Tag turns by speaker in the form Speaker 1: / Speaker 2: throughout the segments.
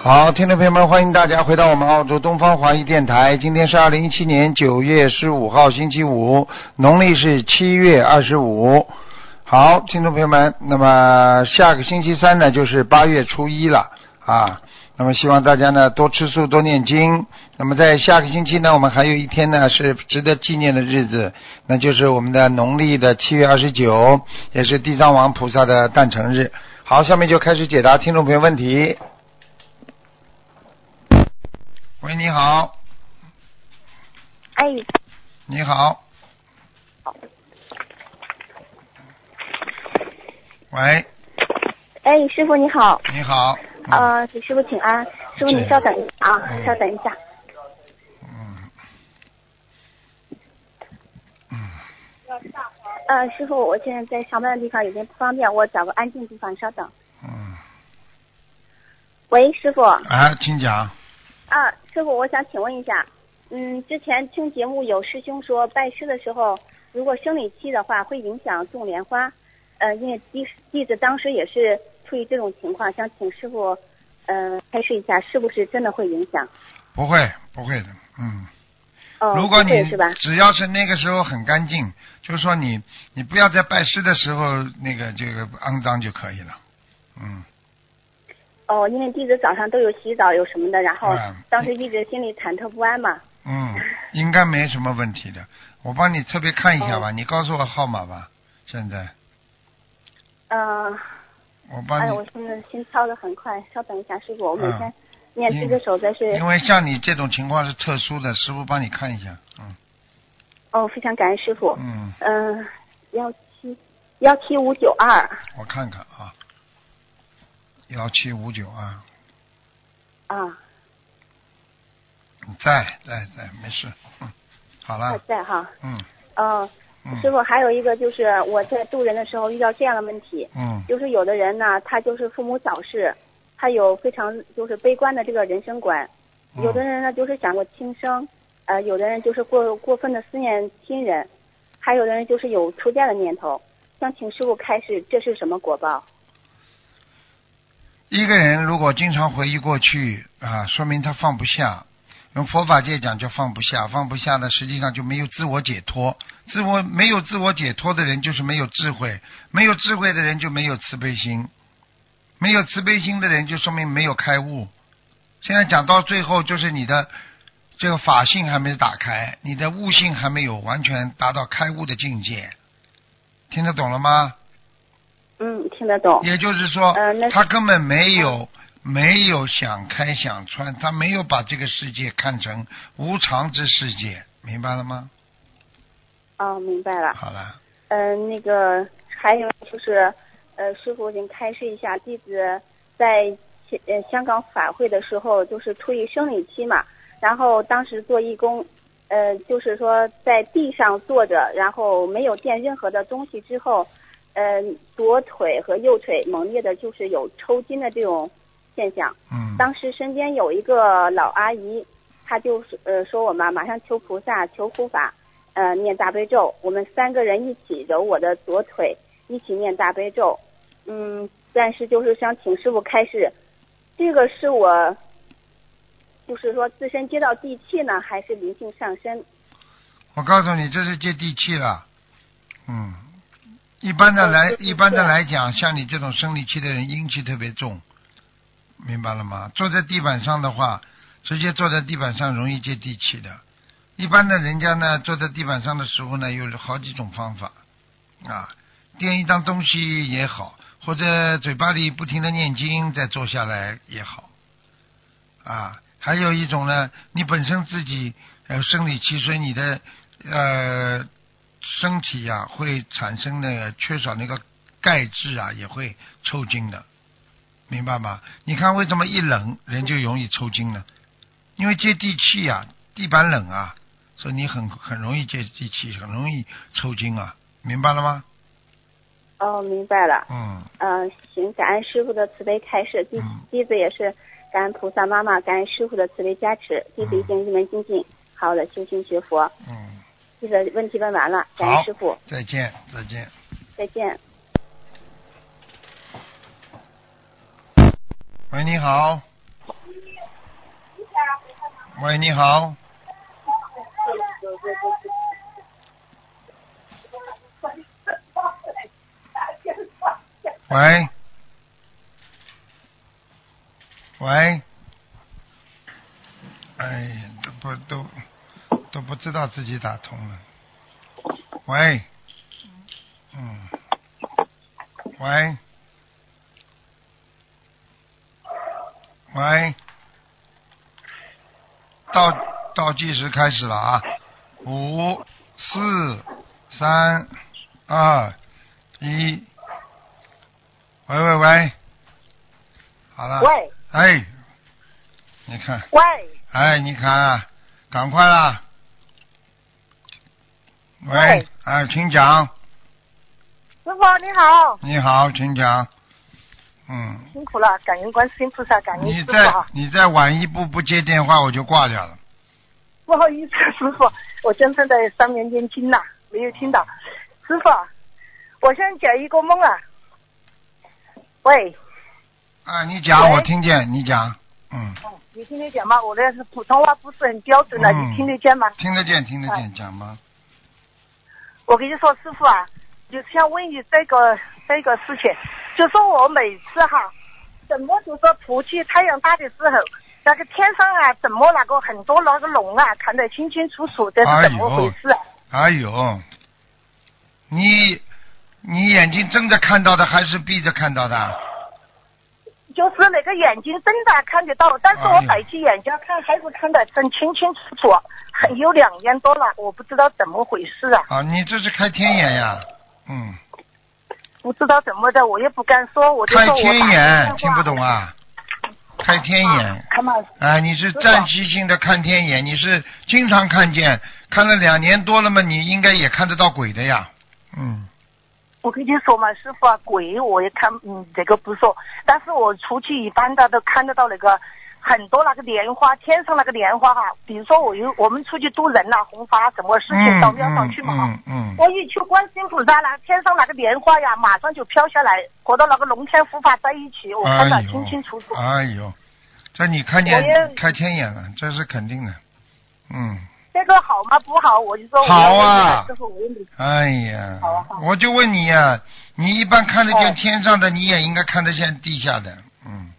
Speaker 1: 好，听众朋友们，欢迎大家回到我们澳洲东方华语电台。今天是二零一七年九月十五号，星期五，农历是七月二十五。好，听众朋友们，那么下个星期三呢，就是八月初一了啊。那么希望大家呢多吃素，多念经。那么在下个星期呢，我们还有一天呢是值得纪念的日子，那就是我们的农历的七月二十九，也是地藏王菩萨的诞辰日。好，下面就开始解答听众朋友问题。喂，你好，
Speaker 2: 哎，
Speaker 1: 你好。喂，
Speaker 2: 哎，师傅你好，
Speaker 1: 你好。嗯
Speaker 2: 呃，给师傅请安。师傅
Speaker 1: 请
Speaker 2: 你稍等一下啊
Speaker 1: 嗯，
Speaker 2: 稍等一下。呃，师傅，我现在在上班的地方有点不方便，我找个安静地方稍等。
Speaker 1: 嗯，
Speaker 2: 喂，师傅，啊，
Speaker 1: 哎，请讲。
Speaker 2: 师傅，我想请问一下，嗯，之前听节目有师兄说，拜师的时候如果生理期的话，会影响种莲花。呃，因为弟弟子当时也是处于这种情况，想请师傅，呃，开示一下，是不是真的会影响？
Speaker 1: 不会，不会的，嗯。
Speaker 2: 哦，
Speaker 1: 如果
Speaker 2: 不
Speaker 1: 你
Speaker 2: 会是吧？
Speaker 1: 只要是那个时候很干净，就是说你你不要在拜师的时候那个这个肮脏就可以了，嗯。
Speaker 2: 哦，因为弟子早上都有洗澡有什么的，然后
Speaker 1: 嗯
Speaker 2: 当时一直心里忐忑不安嘛。
Speaker 1: 嗯，应该没什么问题的。我帮你特别看一下
Speaker 2: 哦
Speaker 1: 吧，你告诉我号码吧。现在
Speaker 2: 嗯、
Speaker 1: 我帮
Speaker 2: 哎
Speaker 1: 你，
Speaker 2: 呀，我现在心跳的很快，稍等一下，师傅，我每
Speaker 1: 嗯
Speaker 2: 天念这个手则是
Speaker 1: 因为像你这种情况是特殊的，师傅帮你看一下。嗯
Speaker 2: 哦，非常感恩师傅。
Speaker 1: 嗯，
Speaker 2: 嗯，幺七幺七五九二
Speaker 1: 我看看啊，幺七五九啊，
Speaker 2: 啊，
Speaker 1: 你在在在，没事。嗯，好
Speaker 2: 还
Speaker 1: 了，
Speaker 2: 在哈。
Speaker 1: 嗯
Speaker 2: 哦，师
Speaker 1: 嗯
Speaker 2: 傅还有一个就是我在渡人的时候遇到这样的问题，
Speaker 1: 嗯
Speaker 2: 就是有的人呢，他就是父母早逝，他有非常就是悲观的这个人生观；
Speaker 1: 嗯
Speaker 2: 有的人呢，就是想过轻生，呃，有的人就是过过分的思念亲人，还有的人就是有出家的念头。想请师傅开示，这是什么果报？
Speaker 1: 一个人如果经常回忆过去啊，说明他放不下。用佛法界讲叫放不下，放不下呢，实际上就没有自我解脱。自我没有自我解脱的人，就是没有智慧；没有智慧的人，就没有慈悲心；没有慈悲心的人，就说明没有开悟。现在讲到最后，就是你的这个法性还没打开，你的悟性还没有完全达到开悟的境界，听得懂了吗？
Speaker 2: 嗯，听得懂。
Speaker 1: 也就是说，
Speaker 2: 呃那是
Speaker 1: 他根本没有没有想开想穿，他没有把这个世界看成无常之世界，明白了吗？
Speaker 2: 哦，明白了。
Speaker 1: 好了，
Speaker 2: 嗯，那个还有就是，呃，师傅您开示一下，弟子在前呃香港法会的时候，就是处于生理期嘛，然后当时做义工，呃，就是说在地上坐着，然后没有垫任何的东西之后，呃，左腿和右腿猛烈的就是有抽筋的这种现象。
Speaker 1: 嗯，
Speaker 2: 当时身边有一个老阿姨，她就是呃说我嘛，马上求菩萨，求护法，呃念大悲咒。我们三个人一起揉我的左腿，一起念大悲咒。嗯，但是就是想请师傅开示，这个是我，就是说自身接到地气呢，还是灵性上身？
Speaker 1: 我告诉你，这是接地气了，嗯。一般的来
Speaker 2: 哦，接地气
Speaker 1: 一般的
Speaker 2: 了
Speaker 1: 来讲，像你这种生理期的人，阴气特别重，明白了吗？坐在地板上的话，直接坐在地板上容易接地气的。一般的人家呢，坐在地板上的时候呢，有好几种方法啊，垫一张东西也好，或者嘴巴里不停的念经，再坐下来也好啊。还有一种呢，你本身自己呃生理期，所以你的呃身体呀、会产生那个缺少那个钙质啊，也会抽筋的，明白吗？你看为什么一冷人就容易抽筋呢？因为接地气呀、地板冷啊，所以你很很容易接地气，很容易抽筋啊，明白了吗？
Speaker 2: 哦，明白了。
Speaker 1: 嗯，
Speaker 2: 嗯、行，感恩师傅的慈悲开示，弟
Speaker 1: 嗯
Speaker 2: 弟子也是感恩菩萨妈妈，感恩师傅的慈悲加持，弟子一定一门精进，好好的修心学佛。
Speaker 1: 嗯，
Speaker 2: 弟子问题问完了，感
Speaker 1: 好
Speaker 2: 恩师傅，
Speaker 1: 再见，再见。
Speaker 2: 再见。
Speaker 1: 喂，你好。喂，你好。喂。喂。哎呀，都不都都不知道自己打通了。喂。嗯。喂。喂，倒倒计时开始了啊！五、四、三、二、一。喂喂喂，好了。。
Speaker 3: 喂
Speaker 1: 哎，你看，
Speaker 3: 喂，
Speaker 1: 哎，你看啊，赶快啦！喂
Speaker 3: 喂，
Speaker 1: 哎，请讲。
Speaker 3: 师傅你好，
Speaker 1: 你好，请讲。嗯，
Speaker 3: 辛苦了，感恩观世音菩萨，感恩
Speaker 1: 你
Speaker 3: 师傅
Speaker 1: 再
Speaker 3: 啊，
Speaker 1: 你再晚一步不接电话，我就挂掉了。
Speaker 3: 不好意思， 师傅，我现在在三年念经呐，没有听到。师傅，我现在解一个梦啊。喂，
Speaker 1: 啊，你讲，
Speaker 3: 喂
Speaker 1: 我听见，你讲，嗯，
Speaker 3: 哦你听得见吗？我那是普通话不是很标准的，
Speaker 1: 嗯
Speaker 3: 你听得见吗？
Speaker 1: 听得见，听得见，讲吧，
Speaker 3: 我跟你说，师傅啊，就是想问你这个这个事情，就说我每次哈，怎么就说出去太阳大的时候，那个天上啊，怎么那个很多那个龙啊，看得清清楚楚，这是怎么回事啊？
Speaker 1: 哎呦，你你眼睛睁着看到的还是闭着看到的？
Speaker 3: 就是那个眼睛睁着看得到，但是我戴起眼镜看还是看得很清清楚楚，很有两年多了，我不知道怎么回事啊，
Speaker 1: 啊，你这是开天眼呀，嗯，
Speaker 3: 不知道怎么的，我也不敢说，我就
Speaker 1: 开
Speaker 3: 说我
Speaker 1: 天眼，
Speaker 3: 打个电话
Speaker 1: 听不懂啊？开天眼，
Speaker 3: 看嘛，
Speaker 1: 啊，你是暂时性的看天眼，你是经常看见，看了两年多了嘛，你应该也看得到鬼的呀，嗯，
Speaker 3: 我跟你说嘛，师傅啊，鬼我也看，嗯，这个不说，但是我出去一般的都看得到那个很多那个莲花，天上那个莲花哈、比如说我有我们出去渡人呐、红发什么事情
Speaker 1: 嗯
Speaker 3: 到庙上去嘛哈、
Speaker 1: 嗯嗯嗯，
Speaker 3: 我一去观世音菩萨那天上那个莲花呀，马上就飘下来，和到那个龙天护法在一起，我看得
Speaker 1: 哎呦
Speaker 3: 清清楚楚。
Speaker 1: 哎呦，这你看见
Speaker 3: 我也
Speaker 1: 开天眼了，这是肯定的。嗯，
Speaker 3: 这个好吗？不好，我就说我要
Speaker 1: 好啊
Speaker 3: 问你师傅，我问你
Speaker 1: 哎呀
Speaker 3: 好啊好啊，
Speaker 1: 我就问你呀、你一般看得见
Speaker 3: 哎
Speaker 1: 天上的，你也应该看得见地下的。嗯，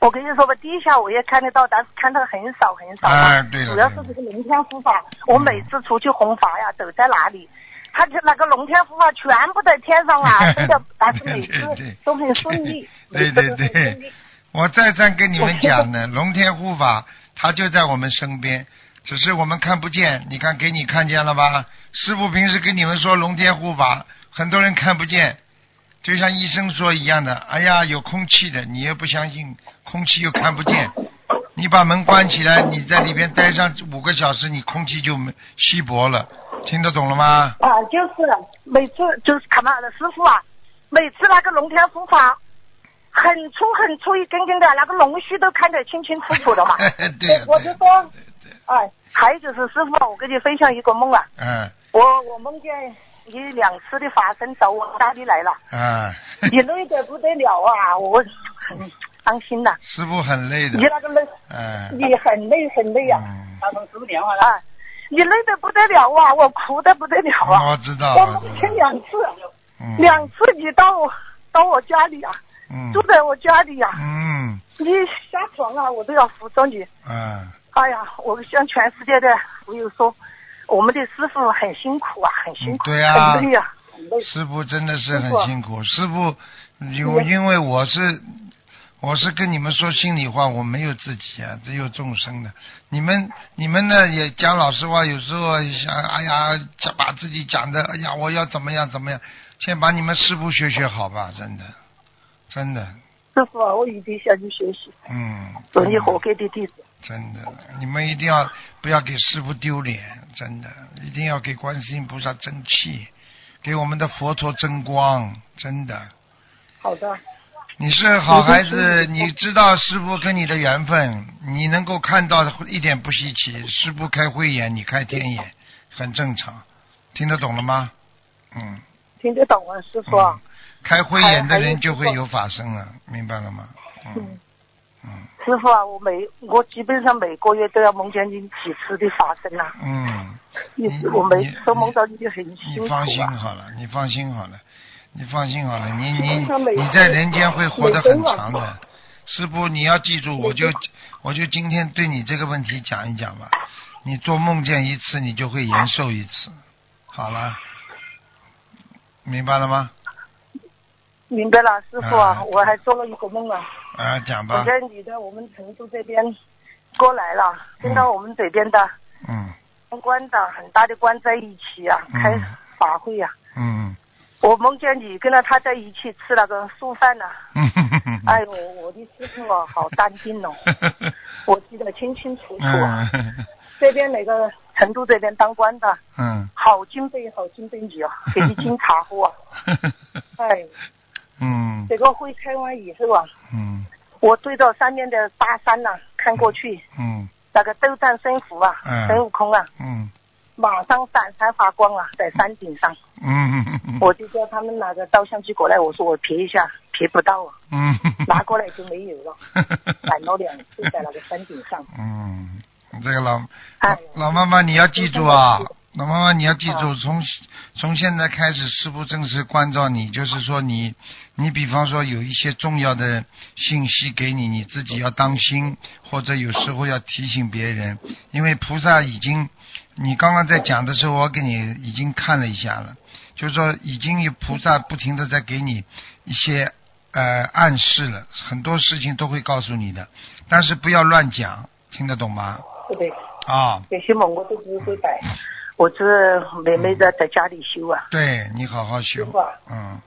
Speaker 3: 我跟你说吧，地下我也看得到，但是看的很少很少。
Speaker 1: 哎对了
Speaker 3: 主要是这个龙天护法，我每次出去弘法呀，走在哪里，他就那个龙天护法全部在天 上啊，真的，但是每次
Speaker 1: 对对
Speaker 3: 都很顺利，
Speaker 1: 对对对
Speaker 3: 每次都很顺利。
Speaker 1: 我再三跟你们讲呢， 龙天护法它就在我们身边，只是我们看不见。你看，给你看见了吧？师傅平时跟你们说龙天护法，很多人看不见，就像医生说一样的。哎呀，有空气的，你又不相信，空气又看不见。你把门关起来，你在里边待上五个小时，你空气就没稀薄了，听得懂了吗？。
Speaker 3: 啊，就是每次就是看嘛，师傅啊，每次那个龙天护法。很粗很粗一根根的，那个龙须都看得清清楚楚的嘛
Speaker 1: 对呀
Speaker 3: 我我就
Speaker 1: 对
Speaker 3: 说，哎，还有就是师傅啊，我跟你分享一个梦啊。
Speaker 1: 嗯
Speaker 3: 我我梦见你两次的法身找我那里来了，
Speaker 1: 啊，
Speaker 3: 你累得不得了啊！我很伤心呐、
Speaker 1: 师傅很累的
Speaker 3: 你，那个累，
Speaker 1: 嗯
Speaker 3: 你很累很累呀、啊，
Speaker 1: 嗯，
Speaker 3: 啊，你累得不得了啊！我哭得不得了啊！
Speaker 1: 嗯我知道，
Speaker 3: 我
Speaker 1: 我
Speaker 3: 梦
Speaker 1: 知道
Speaker 3: 见。两次，
Speaker 1: 哦嗯
Speaker 3: 两次你到我到我家里啊，
Speaker 1: 嗯
Speaker 3: 住在我家里啊，
Speaker 1: 嗯
Speaker 3: 你下床啊，我都要扶着你。
Speaker 1: 啊
Speaker 3: 哎呀，我向全世界的朋友说，我们的师傅很辛苦啊，很辛苦，
Speaker 1: 嗯对啊
Speaker 3: 很累呀、很累。
Speaker 1: 师傅真的是
Speaker 3: 师傅
Speaker 1: 很辛苦。师傅，有因为我是我是跟你们说心里话，我没有自己啊，只有众生的。你们你们呢也讲老实话，有时候想哎呀，讲把自己讲的哎呀，我要怎么样怎么样，先把你们师傅学学好吧，真的真的，
Speaker 3: 师傅啊，我一定向你学习。
Speaker 1: 嗯。
Speaker 3: 做你活给的弟子。
Speaker 1: 真的，你们一定要不要给师傅丢脸，真的，一定要给观世音菩萨争气，给我们的佛陀争光，真的。
Speaker 4: 好的，
Speaker 1: 你是好孩子，你知道师傅跟你的缘分，你能够看到一点不稀奇。师傅开慧眼，你开天眼，很正常，听得懂了吗？嗯。
Speaker 4: 听得懂啊，师傅。
Speaker 1: 嗯开慧眼的
Speaker 4: 还还有
Speaker 1: 人
Speaker 4: 师
Speaker 1: 就会
Speaker 4: 父
Speaker 1: 有法身了，明白了吗？嗯
Speaker 4: 嗯
Speaker 1: 嗯
Speaker 4: 师傅啊，我每我基本上每个月都要梦见你几次的发生啊，
Speaker 1: 嗯，
Speaker 4: 意
Speaker 1: 你
Speaker 4: 思我每次都
Speaker 1: 你
Speaker 4: 梦到你就很辛
Speaker 1: 你
Speaker 4: 苦
Speaker 1: 哎放心
Speaker 4: 啊。
Speaker 1: 好了，你放心好了，你放心好了，你你
Speaker 4: 基本上每
Speaker 1: 你在人间会活得
Speaker 4: 每
Speaker 1: 很
Speaker 4: 天晚
Speaker 1: 长
Speaker 4: 上
Speaker 1: 的。师傅，你要记住，我就
Speaker 4: 每
Speaker 1: 我就今天对你这个问题讲一讲吧。你做梦见一次，你就会延寿一次。好了，明白了吗？
Speaker 4: 明白了，师傅啊
Speaker 1: 啊，
Speaker 4: 我还做了一个梦啊，
Speaker 1: 啊，讲
Speaker 4: 我
Speaker 1: 吧。
Speaker 4: 在你的我们成都这边过来了，
Speaker 1: 嗯
Speaker 4: 跟到我们这边的
Speaker 1: 嗯
Speaker 4: 关的很大的关在一起啊，
Speaker 1: 嗯
Speaker 4: 开法会啊。
Speaker 1: 嗯
Speaker 4: 我梦见你跟了他在一起吃那个素饭呐、
Speaker 1: 嗯。嗯
Speaker 4: 哎呦，我的师傅啊，好淡定哦，我记得清清楚楚啊。
Speaker 1: 嗯
Speaker 4: 这边那个成都这边当官的，
Speaker 1: 嗯。
Speaker 4: 好敬佩，好敬佩你哦，给你敬茶喝 啊。哎，
Speaker 1: 嗯
Speaker 4: 这个会开完以后啊，
Speaker 1: 嗯
Speaker 4: 我对着上面的大山呐、看过去，
Speaker 1: 嗯
Speaker 4: 那个斗战胜佛啊，
Speaker 1: 嗯
Speaker 4: 孙悟空啊，
Speaker 1: 嗯
Speaker 4: 马上闪闪发光啊，在山顶上，
Speaker 1: 嗯，
Speaker 4: 我就叫他们拿个照相机过来，我说我撇一下，撇不到啊，
Speaker 1: 嗯
Speaker 4: 拿过来就没有 了，闪了两次在那个山顶上。
Speaker 1: 嗯，这个老
Speaker 4: 哎，
Speaker 1: 老妈妈你要记住啊
Speaker 4: 嗯，
Speaker 1: 老妈妈你要记住，
Speaker 4: 啊
Speaker 1: 从从现在开始，师傅正式关照你，就是说你你比方说有一些重要的信息给你，你自己要当心，或者有时候要提醒别人，因为菩萨已经，你刚刚在讲的时候，我给你已经看了一下了，就是说已经有菩萨不停的在给你一些呃暗示了，很多事情都会告诉你的，但是不要乱讲，听得懂吗？
Speaker 4: 对不对？
Speaker 1: 啊、
Speaker 4: 有些梦我都不会摆，我这妹妹在在家里修啊。
Speaker 1: 对你好好修
Speaker 4: 师傅啊，
Speaker 1: 嗯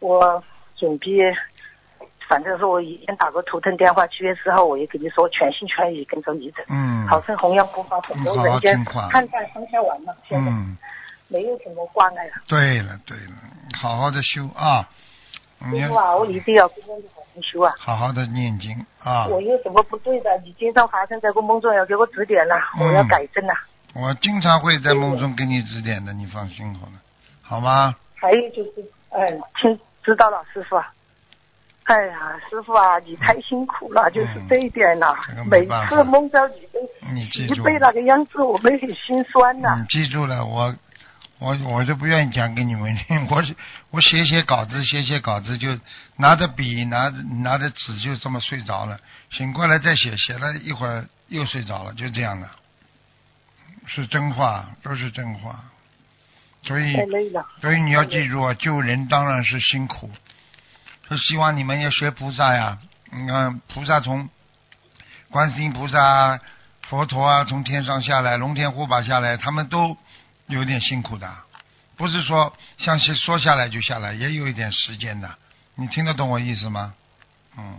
Speaker 4: 我准备，反正是我以前打过头疼电话，七月四号我也跟你说，全心全意跟着你走，
Speaker 1: 嗯，
Speaker 4: 好生弘扬佛法，拯救
Speaker 1: 嗯好好
Speaker 4: 人
Speaker 1: 听
Speaker 4: 间
Speaker 1: 话，
Speaker 4: 看淡放下完了，现在
Speaker 1: 嗯，
Speaker 4: 没有什么啊挂碍了。
Speaker 1: 对了对了，好好的修啊，你
Speaker 4: 师
Speaker 1: 要
Speaker 4: 傅啊，我一定要跟着你好好修啊！
Speaker 1: 好好的念经啊。
Speaker 4: 我有什么不对的，你经常发生在我梦中，要给我指点呐、
Speaker 1: 嗯
Speaker 4: 我要改正呐、
Speaker 1: 我经常会在梦中给你指点的，你放心好了，好吗？
Speaker 4: 还有就是，嗯，听知道了，师傅啊。哎呀，师傅啊，你太辛苦了，就是这一点呐、
Speaker 1: 嗯这个没
Speaker 4: 每
Speaker 1: 办法
Speaker 4: 次梦到你都
Speaker 1: 你记
Speaker 4: 疲
Speaker 1: 住，
Speaker 4: 惫那个样子，我们很心酸呐、
Speaker 1: 你记住了，我我我就不愿意讲给你们听， 我我写写稿子，写写稿子就拿着笔，拿着拿着纸就这么睡着了，醒过来再写，写了一会儿又睡着了，就这样的，是真话，都是真话，所以
Speaker 4: 太累了。
Speaker 1: 所以你要记住啊，救人当然是辛苦，就希望你们要学菩萨呀。你看菩萨从观世音菩萨、佛陀啊，从天上下来，龙天护法下来，他们都有点辛苦的，不是说像是说下来就下来，也有一点时间的。你听得懂我意思吗？嗯，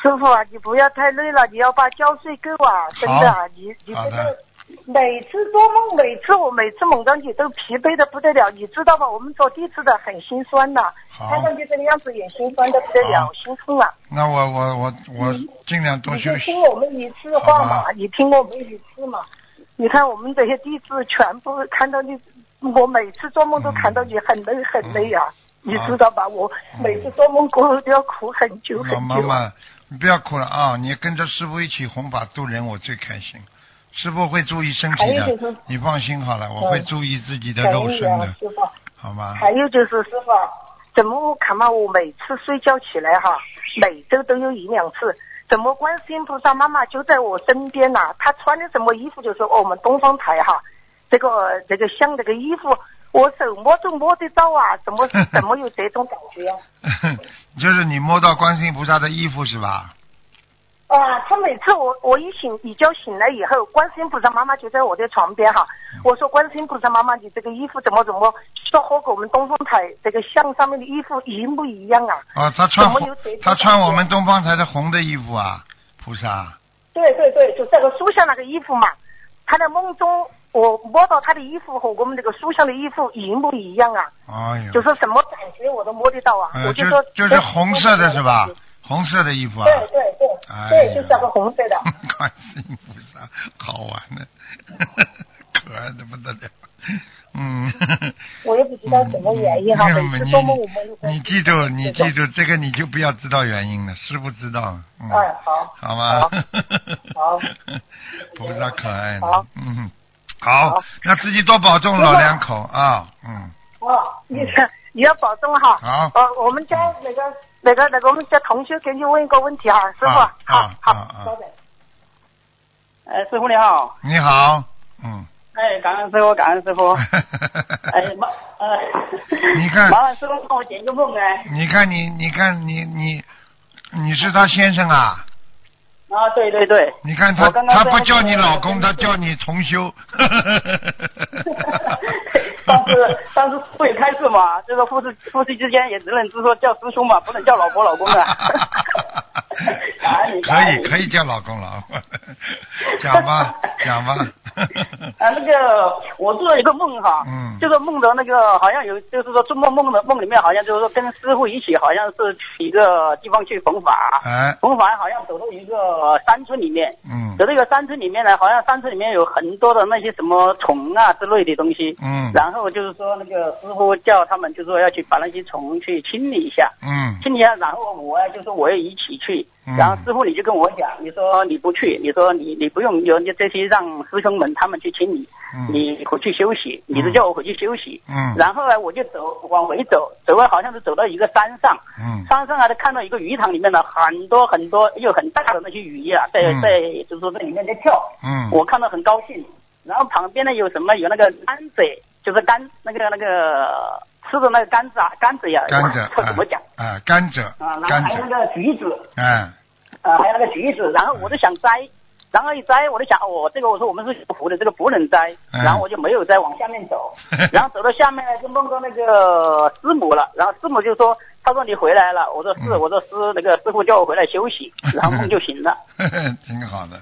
Speaker 4: 师傅啊，你不要太累了，你要把觉睡够啊！真的啊，你你
Speaker 1: 好
Speaker 4: 这
Speaker 1: 的
Speaker 4: 个每次做梦，每次我每次梦到你都疲惫的不得了，你知道吗？我们做弟子的很心酸呐、
Speaker 1: 好
Speaker 4: 看到你这个样子也心酸的不得了
Speaker 1: 好，
Speaker 4: 心痛啊！
Speaker 1: 那我我我我尽量多
Speaker 4: 你
Speaker 1: 休
Speaker 4: 就
Speaker 1: 息
Speaker 4: 听。我们一次话
Speaker 1: 好吧
Speaker 4: 嘛，你听我们一次嘛。你看我们这些弟子全部看到你，我每次做梦都看到你很
Speaker 1: 嗯
Speaker 4: 累很累啊，你知道吧？我每次做梦过后都要哭很久
Speaker 1: 老
Speaker 4: 很
Speaker 1: 嗯
Speaker 4: 久。啊
Speaker 1: 妈妈，你不要哭了啊！你跟着师傅一起弘法度人，我最开心。师傅会注意身体
Speaker 4: 还有就
Speaker 1: 的
Speaker 4: 是，
Speaker 1: 你放心好了，我会注意自己的
Speaker 4: 感
Speaker 1: 肉
Speaker 4: 恩
Speaker 1: 身
Speaker 4: 你啊
Speaker 1: 的，
Speaker 4: 师傅。
Speaker 1: 好吗？
Speaker 4: 还有就是师傅，怎么我看嘛，我每次睡觉起来哈，每周都有一两次。怎么观世音菩萨妈妈就在我身边呐、她穿的什么衣服？就说、哦、我们东方台哈，这个这个像这个衣服，我手摸都摸得到啊，怎么怎么有这种感觉啊？
Speaker 1: 就是你摸到观世音菩萨的衣服是吧？
Speaker 4: 啊，他每次我我一醒一觉醒来以后，观世音菩萨妈妈就在我的床边哈。我说观世音菩萨妈妈，你这个衣服怎么怎么说和我们东方台这个像上面的衣服一模一样啊？
Speaker 1: 啊，他穿
Speaker 4: 怎么
Speaker 1: 红
Speaker 4: 有这种
Speaker 1: 他穿我们
Speaker 4: 感觉
Speaker 1: 东方台的红的衣服啊，菩萨，
Speaker 3: 对对对，就这个书香那个衣服嘛，他在梦中我摸到他的衣服和我们这个书香的衣服一模一样啊，
Speaker 1: 哎呦，
Speaker 3: 就是什么感觉我都摸得到啊。
Speaker 1: 呃，
Speaker 3: 我
Speaker 1: 就
Speaker 3: 说
Speaker 1: 就是红色的是吧？红色的衣服啊，
Speaker 3: 对对对，
Speaker 1: 哎
Speaker 3: 对，
Speaker 1: 呀
Speaker 3: 就是那个红色的。
Speaker 1: 观世音菩萨，好玩的， 可爱的不得了。嗯，
Speaker 3: 我也不知道什么原因哈，
Speaker 1: 嗯
Speaker 3: 每次
Speaker 1: 你
Speaker 3: 做梦我们都
Speaker 1: 你记住，你记
Speaker 3: 住。
Speaker 1: 住这个，你就不要知道原因了，师傅知道了。嗯，
Speaker 3: 哎，好，
Speaker 1: 好吗？
Speaker 3: 好
Speaker 1: 菩萨可爱的
Speaker 3: 好，
Speaker 1: 嗯，好
Speaker 3: 好，
Speaker 1: 那自己多保重，老
Speaker 3: 师傅
Speaker 1: 两口啊，嗯，
Speaker 3: 哦，你你要保重哈。
Speaker 1: 好
Speaker 3: 呃，我们家那个那个那个我们家同学给你问一个问题哈，师傅。好
Speaker 1: 啊啊
Speaker 3: 好
Speaker 1: 啊啊
Speaker 3: 稍等。
Speaker 5: 哎，师傅你好，
Speaker 1: 你好，嗯，
Speaker 5: 哎，感恩师傅，感恩师
Speaker 3: 哦
Speaker 5: 傅，哎麻呃，
Speaker 1: 你看
Speaker 5: 麻烦师傅帮我解一个梦哎，
Speaker 1: 你看你，你看你，你你是他先生啊？
Speaker 5: 啊，对 对对，
Speaker 1: 你看他，
Speaker 5: 我刚刚
Speaker 1: 他
Speaker 5: 在
Speaker 1: 不
Speaker 5: 那
Speaker 1: 叫
Speaker 5: 个
Speaker 1: 你老公，
Speaker 5: 跟
Speaker 1: 他
Speaker 5: 那个
Speaker 1: 叫你重修。。
Speaker 5: 上次上次会开示嘛，这个夫妻夫妻之间也只能是说叫师兄嘛，不能叫老婆老公的感恩你，
Speaker 1: 可
Speaker 5: 感恩
Speaker 1: 以
Speaker 5: 你
Speaker 1: 可以叫老公了， 讲吧讲吧。
Speaker 5: 啊，那个我做了一个梦哈，
Speaker 1: 嗯
Speaker 5: 这个梦的那个好像有，就是说做梦梦的梦里面好像就是说跟师傅一起，好像是去一个地方去弘法，
Speaker 1: 哎，
Speaker 5: 弘法好像走到一个山村里面，
Speaker 1: 嗯
Speaker 5: 走到一个山村里面呢，好像山村里面有很多的那些什么虫啊之类的东西，
Speaker 1: 嗯
Speaker 5: 然后就是说那个师傅叫他们就说要去把那些虫去清理一下，
Speaker 1: 嗯
Speaker 5: 清理一下，然后我就说我也一起去，
Speaker 1: 嗯
Speaker 5: 然后师傅你就跟我讲，你说你不去，你说你你不用有这些让师兄们他们去清理，
Speaker 1: 嗯
Speaker 5: 你回去休息，你就
Speaker 1: 嗯
Speaker 5: 叫我回去休息。
Speaker 1: 嗯
Speaker 5: 然后呢，我就走往回走，走了好像是走到一个山上，
Speaker 1: 嗯
Speaker 5: 山上啊，就看到一个鱼塘里面呢，很多很多又很大的那些鱼啊，在
Speaker 1: 嗯
Speaker 5: 在就是说在里面在跳，
Speaker 1: 嗯，
Speaker 5: 我看到很高兴。然后旁边呢有什么？有那个甘蔗，就是甘那个那个吃的那个甘蔗啊，甘蔗呀、
Speaker 1: 甘蔗
Speaker 5: 我怎么讲
Speaker 1: 啊啊，甘蔗
Speaker 5: 啊？然
Speaker 1: 甘
Speaker 5: 后还
Speaker 1: 蔗，
Speaker 5: 有那个橘子，
Speaker 1: 哎
Speaker 5: 呃，还有那个橘子，然后我就想摘，然后一摘我就想，哦，这个我说我们是学佛的，这个不能摘，
Speaker 1: 嗯
Speaker 5: 然后我就没有再往下面 走，然后走到下面呢就梦到那个师母了，然后师母就说，她说你回来了，我说是，
Speaker 1: 嗯
Speaker 5: 我说师那个师傅叫我回来 休息，然后梦就醒了，
Speaker 1: 挺 好的。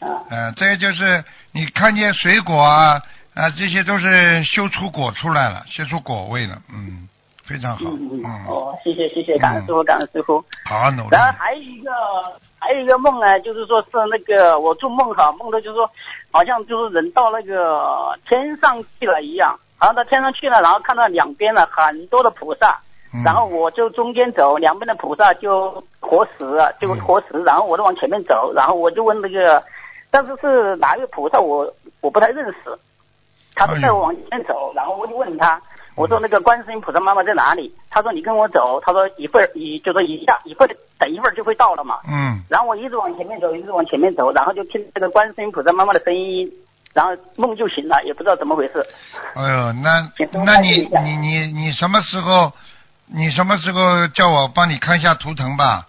Speaker 5: 啊，
Speaker 1: 呃，这个就是你看见水果啊啊，这些都是修出果出来了，修出果味了，嗯，非常好，
Speaker 5: 嗯嗯，
Speaker 1: 嗯，
Speaker 5: 哦，谢谢谢谢，感恩师傅感恩师傅。
Speaker 1: 好好努力
Speaker 5: 然。后还有一个还有一个梦呢，就是说是那个我做梦哈，梦到就是说好像就是人到那个天上去了一样，好像到天上去了，然后看到两边呢很多的菩萨，
Speaker 1: 嗯
Speaker 5: 然后我就中间走，两边的菩萨就活石啊，就
Speaker 1: 嗯
Speaker 5: 活石，然后我就往前面走，然后我就问那个，但是是哪一个菩萨我我不太认识，他就
Speaker 1: 哎
Speaker 5: 带
Speaker 1: 呦
Speaker 5: 我往前走，然后我就问
Speaker 1: 嗯
Speaker 5: 他，我说那个观世音菩萨妈妈在哪里？他说你跟我走，他说一会儿一就说一下一会儿等一会儿就会到了嘛。
Speaker 1: 嗯
Speaker 5: 然后我一直往前面走，一直往前面走，然后就听这个观世音菩萨妈妈的声音，然后梦就醒了，也不知道怎么回事。
Speaker 1: 哎呦，那
Speaker 5: 请多
Speaker 1: 那
Speaker 5: 关
Speaker 1: 你
Speaker 5: 注一下
Speaker 1: 你你你什么时候，你什么时候叫我帮你看一下图腾吧？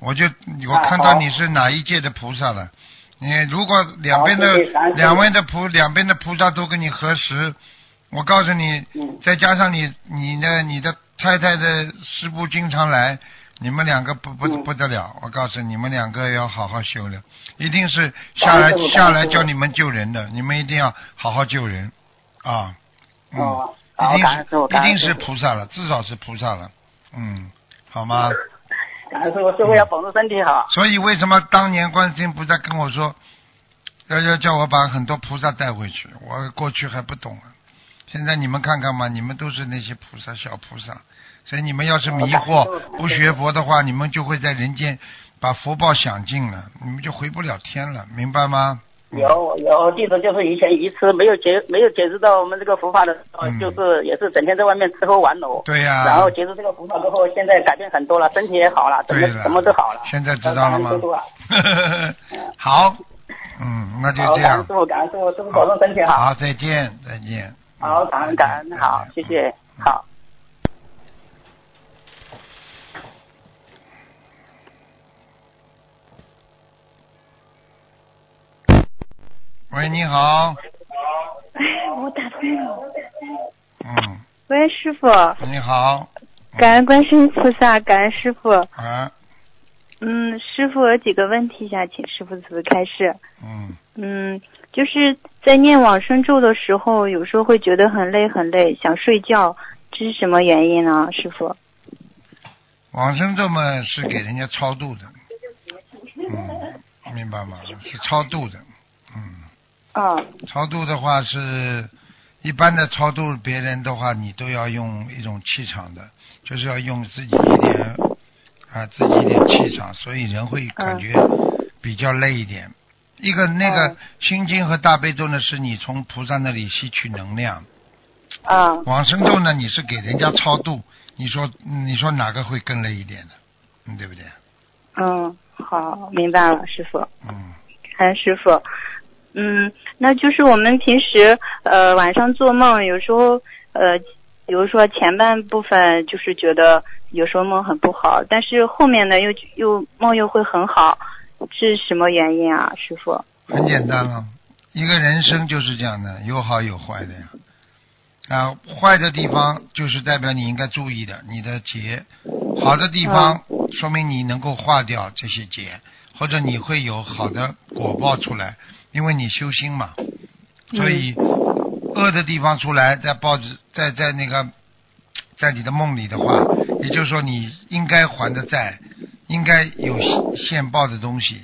Speaker 1: 我就我
Speaker 5: 啊
Speaker 1: 看到
Speaker 5: 好
Speaker 1: 你是哪一届的菩萨了。你如果两
Speaker 5: 好
Speaker 1: 边的
Speaker 5: 谢谢感恩
Speaker 1: 两边的菩两边的菩萨都跟你合十，我告诉你，
Speaker 5: 嗯
Speaker 1: 再加上你你的你的太太的师傅经常来，你们两个不不
Speaker 5: 嗯
Speaker 1: 不得了，我告诉你们两个要好好修了，一定是
Speaker 5: 感
Speaker 1: 下
Speaker 5: 恩
Speaker 1: 来
Speaker 5: 师父
Speaker 1: 下
Speaker 5: 感恩
Speaker 1: 来
Speaker 5: 师父
Speaker 1: 教你们救人的，你们一定要好好救人啊。嗯
Speaker 5: 哦，好，
Speaker 1: 一定
Speaker 5: 感恩
Speaker 1: 是
Speaker 5: 师傅，
Speaker 1: 一
Speaker 5: 感恩
Speaker 1: 定
Speaker 5: 师
Speaker 1: 是
Speaker 5: 傅
Speaker 1: 菩萨了，至少是菩萨了，嗯，好吗？
Speaker 5: 感恩师傅，师傅要保重身体好。
Speaker 1: 所以为什么当年观世音菩萨跟我说，要要叫我把很多菩萨带回去？我过去还不懂啊，现在你们看看嘛，你们都是那些菩萨小菩萨，所以你们要是迷惑不学佛的话，你们就会在人间把福报享尽了，你们就回不了天了，明白吗？嗯
Speaker 5: 有有弟子就是以前愚痴，没有接没有接触到我们这个佛法的时候，
Speaker 1: 嗯
Speaker 5: 就是也是整天在外面吃喝玩乐。
Speaker 1: 对啊呀、
Speaker 5: 然后接触这个佛法之后，现在改变很多了，身体也好了，什
Speaker 1: 对
Speaker 5: 么
Speaker 1: 了，
Speaker 5: 什么都好了。
Speaker 1: 现在知道了吗
Speaker 5: 感恩师傅啊？
Speaker 1: 好，嗯，那就
Speaker 5: 好，
Speaker 1: 这
Speaker 5: 感
Speaker 1: 样
Speaker 5: 恩师。傅，感恩师傅，师傅保重身体哈。
Speaker 1: 好，再见，再见。
Speaker 5: 好，感恩感恩，好，谢
Speaker 1: 嗯
Speaker 5: 谢，好。
Speaker 1: 喂，你好。
Speaker 6: 哎，我打通了。
Speaker 1: 嗯，
Speaker 6: 喂，师傅，
Speaker 1: 你好。
Speaker 6: 感恩观世音菩萨，感恩师傅。
Speaker 1: 啊，
Speaker 4: 嗯，师傅有几个问题想请师傅慈悲开示。
Speaker 1: 嗯，
Speaker 4: 嗯，就是在念往生咒的时候，有时候会觉得很累很累，想睡觉，这是什么原因呢？师傅？
Speaker 1: 往生咒嘛是给人家超度的，嗯，明白吗？是超度的，嗯，
Speaker 4: 哦，
Speaker 1: 超度的话是一般的超度别人的话，你都要用一种气场的，就是要用自己一点啊自己一点气场，所以人会感觉比较累一点。一个那个
Speaker 4: 嗯
Speaker 1: 心经和大悲咒呢，是你从菩萨那里吸取能量。
Speaker 4: 啊，
Speaker 1: 往生咒呢，你是给人家超度，你说你说哪个会更累一点呢？嗯，对不对？
Speaker 4: 嗯，好，明白了，师傅。
Speaker 1: 嗯，
Speaker 4: 哎，师傅，嗯，那就是我们平时呃晚上做梦，有时候呃，比如说前半部分就是觉得有时候梦很不好，但是后面呢又又梦又会很好，这是什么原因啊，师傅？
Speaker 1: 很简单了，一个人生就是这样的，有好有坏的呀。啊，坏的地方就是代表你应该注意的，你的劫；好的地方说明你能够化掉这些劫，或者你会有好的果报出来，因为你修心嘛。所以恶的地方出来，在报纸，在在那个，在你的梦里的话，也就是说你应该还的债，应该有现报的东西。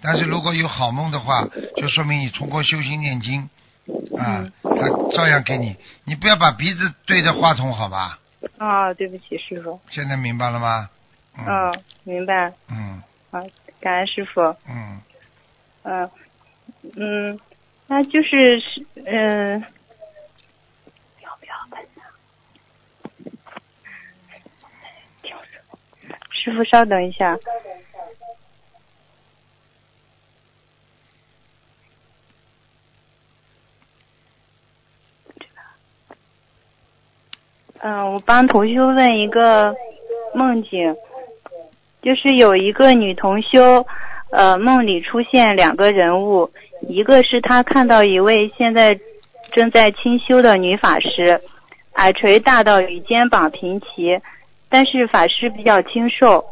Speaker 1: 但是如果有好梦的话，就说明你通过修心念经，啊，他照样给你。你不要把鼻子对着话筒，好吧？
Speaker 4: 啊，对不起，师傅。
Speaker 1: 现在明白了吗？嗯、
Speaker 4: 嗯、明白。
Speaker 1: 嗯
Speaker 4: 啊，感恩师傅。
Speaker 1: 嗯，
Speaker 4: 嗯、嗯，那就是是嗯。要不要等一下听我说师傅，稍等一下。嗯、我帮同修问一个梦境，就是有一个女同修，呃，梦里出现两个人物，一个是她看到一位现在正在清修的女法师，耳垂大到与肩膀平齐，但是法师比较清瘦。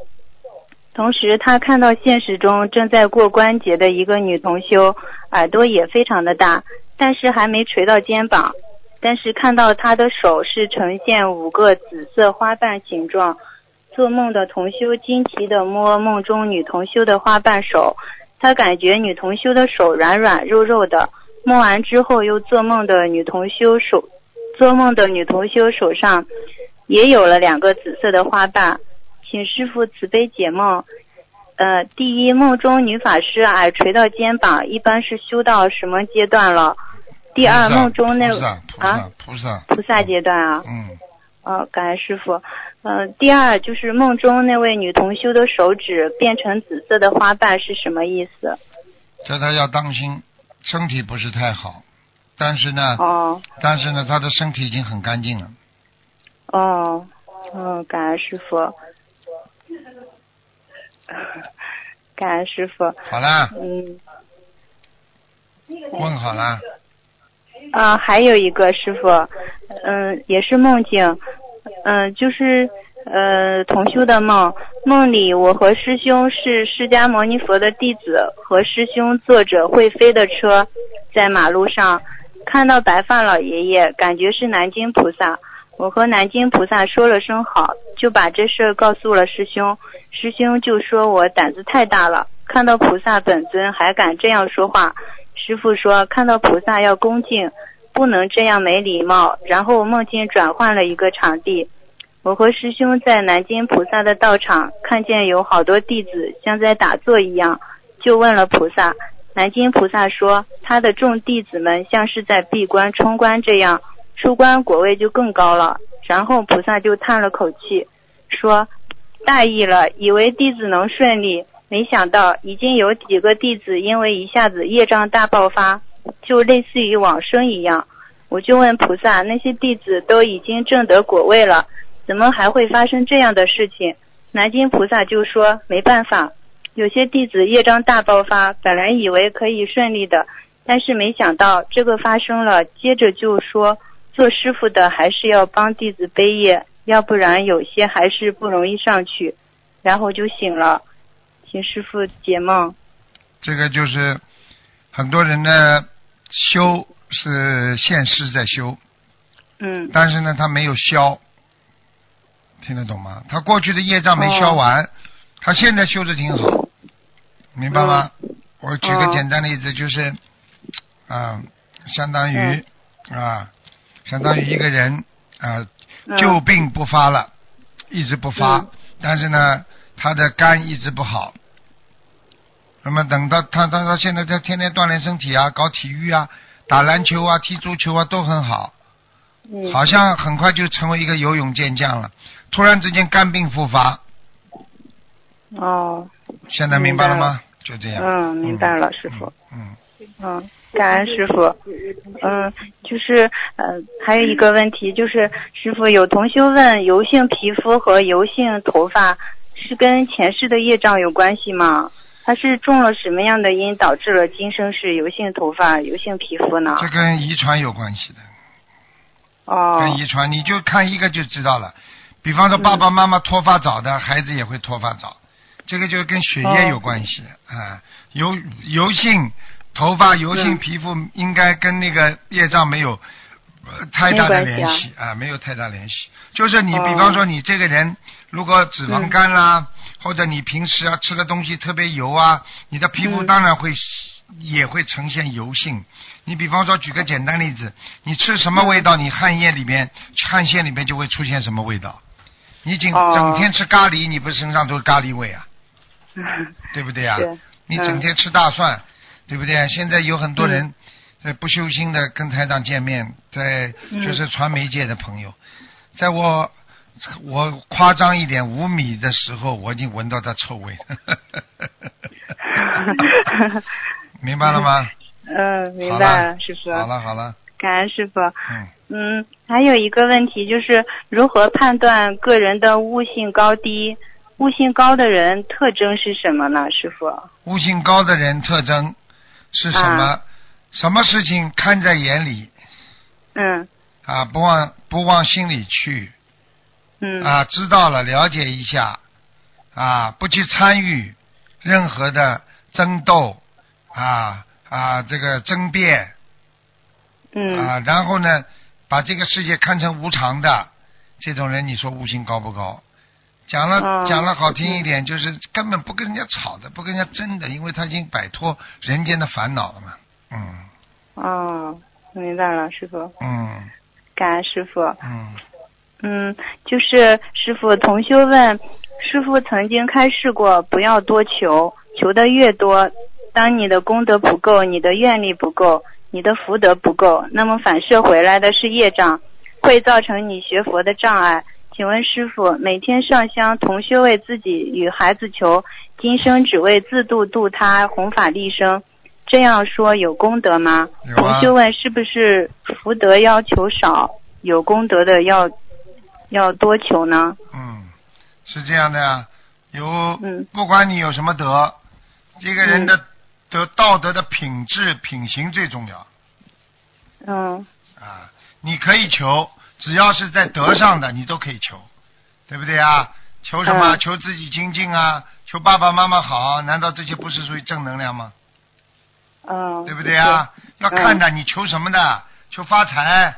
Speaker 4: 同时，她看到现实中正在过关节的一个女同修，耳朵也非常的大，但是还没垂到肩膀。但是看到她的手是呈现五个紫色花瓣形状，做梦的同修惊奇地摸梦中女同修的花瓣手，他感觉女同修的手软软肉肉的。摸完之后，又做梦的女同修手，做梦的女同修手上也有了两个紫色的花瓣，请师傅慈悲解梦。呃，第一，梦中女法师耳垂到肩膀，一般是修到什么阶段了？第二，
Speaker 1: 菩萨
Speaker 4: 梦中那
Speaker 1: 菩萨菩
Speaker 4: 啊
Speaker 1: 萨菩萨
Speaker 4: 菩萨阶段啊，
Speaker 1: 嗯，
Speaker 4: 呃，感恩师傅。呃，第二就是梦中那位女同修的手指变成紫色的花瓣是什么意思？
Speaker 1: 叫他要当心，身体不是太好，但是呢，
Speaker 4: 哦
Speaker 1: 但是呢，他的身体已经很干净了。
Speaker 4: 哦，嗯，感恩师傅， 感恩师傅。
Speaker 1: 好啦，
Speaker 4: 嗯，
Speaker 1: 问好啦，
Speaker 4: 啊，还有一个师傅，嗯，也是梦境，嗯，就是呃同修的梦，梦里我和师兄是释迦牟尼佛的弟子，和师兄坐着会飞的车，在马路上看到白发老爷爷，感觉是南京菩萨。我和南京菩萨说了声好，就把这事儿告诉了师兄，师兄就说我胆子太大了，看到菩萨本尊还敢这样说话。师傅说，看到菩萨要恭敬，不能这样没礼貌。然后梦境转换了一个场地，我和师兄在南京菩萨的道场看见有好多弟子像在打坐一样，就问了菩萨。南京菩萨说，他的众弟子们像是在闭关冲关这样，出关果位就更高了。然后菩萨就叹了口气，说：“大意了，以为弟子能顺利，没想到已经有几个弟子因为一下子业障大爆发，就类似于往生一样。我就问菩萨，那些弟子都已经证得果位了，怎么还会发生这样的事情？南京菩萨就说没办法，有些弟子业障大爆发，本来以为可以顺利的，但是没想到这个发生了，接着就说做师傅的还是要帮弟子背业，要不然有些还是不容易上去。然后就醒了，请师傅解梦。
Speaker 1: 这个就是很多人呢修是现世在修，
Speaker 4: 嗯
Speaker 1: 但是呢他没有消，听得懂吗？他过去的业障没消
Speaker 4: 哦
Speaker 1: 完，他现在修的挺好，明白吗？我举个
Speaker 4: 哦
Speaker 1: 简单例子，就是啊，相当于、啊，相当于一个人啊
Speaker 4: 嗯
Speaker 1: 旧病不发了，一直不发，
Speaker 4: 嗯
Speaker 1: 但是呢，他的肝一直不好。那么等到他他他现在在天天锻炼身体啊，搞体育啊，打篮球啊，踢足球啊都很好，
Speaker 4: 嗯
Speaker 1: 好像很快就成为一个游泳健将了。突然之间肝病复发，
Speaker 4: 哦
Speaker 1: 现在明白了吗？就这样。
Speaker 4: 嗯，明白了，师
Speaker 1: 嗯
Speaker 4: 傅。。
Speaker 1: 嗯，
Speaker 4: 嗯，感恩师傅。嗯，就是呃，还有一个问题就是，师傅有同修问，油性皮肤和油性头发是跟前世的业障有关系吗？他是种了什么样的因导致了今生是油性头发、油性皮肤呢？
Speaker 1: 嗯这跟遗传有关系的。
Speaker 4: 哦嗯
Speaker 1: 跟，遗传，你就看一个就知道了。比方说，爸爸妈妈脱发早的，孩子也会脱发早，这个就跟血液有关系
Speaker 4: 嗯
Speaker 1: 啊。油油性头发、油性皮肤应该跟那个业障没有呃太大的
Speaker 4: 没有关系
Speaker 1: 联
Speaker 4: 啊
Speaker 1: 系啊，没有太大联系。就是你，
Speaker 4: 哦
Speaker 1: 比方说你这个人如果脂肪肝啦，或者你平时啊吃的东西特别油啊，你的皮肤
Speaker 4: 嗯
Speaker 1: 当然会也会呈现油性。你比方说，举个简单例子，你吃什么味道，
Speaker 4: 嗯
Speaker 1: 你汗液里面、汗腺里面就会出现什么味道。你整
Speaker 4: 哦
Speaker 1: 整天吃咖喱，你不是身上都是咖喱味啊，对不对啊？
Speaker 4: 是，嗯
Speaker 1: 你整天吃大蒜，对不对？现在有很多人在不修心的跟台长见面，在
Speaker 4: 嗯
Speaker 1: 就是传媒界的朋友，在我我夸张一点五米的时候，我已经闻到他臭味 了， 明白了吗？
Speaker 4: 嗯，明
Speaker 1: 好
Speaker 4: 白
Speaker 1: 了
Speaker 4: 了，师傅。
Speaker 1: 好了好了，
Speaker 4: 感恩师傅。
Speaker 1: 嗯，
Speaker 4: 嗯，还有一个问题就是如何判断个人的悟性高低？悟性高的人特征是什么呢，师傅？
Speaker 1: 悟性高的人特征是什么？什么事情看在眼里
Speaker 4: 嗯
Speaker 1: 啊，不往不往心里去，
Speaker 4: 嗯、
Speaker 1: 啊，知道了，了解一下，啊，不去参与任何的争斗，啊啊，这个争辩
Speaker 4: 嗯、
Speaker 1: 啊，然后呢，把这个世界看成无常的，这种人，你说悟性高不高？讲了、
Speaker 4: 嗯
Speaker 1: 讲了好听一点，就是根本不跟人家吵的，不跟人家争的，因为他已经摆脱人间的烦恼了嘛。嗯
Speaker 4: 哦，明白了，师傅，
Speaker 1: 嗯
Speaker 4: 感恩师傅。
Speaker 1: 嗯，
Speaker 4: 嗯，就是师傅同修问，师傅曾经开示过，不要多求，求的越多，当你的功德不够，你的愿力不够，你的福德不够，那么反射回来的是业障，会造成你学佛的障碍。请问师傅，每天上香同修为自己与孩子求，今生只为自度度他，弘法利生，这样说有功德吗？
Speaker 1: 有
Speaker 4: 同
Speaker 1: 啊
Speaker 4: 修问是不是福德要求少，有功德的要要多求呢？
Speaker 1: 嗯，是这样的呀、有，
Speaker 4: 嗯
Speaker 1: 不管你有什么德，这个人的德道德的品质品行最重要
Speaker 4: 嗯
Speaker 1: 啊。你可以求，只要是在德上的，你都可以求，对不对啊？求什么？
Speaker 4: 嗯
Speaker 1: 求自己精进啊，求爸爸妈妈好，啊难道这些不是属于正能量吗？
Speaker 4: 嗯，
Speaker 1: 对不对啊？要看的，你求什么的？求发财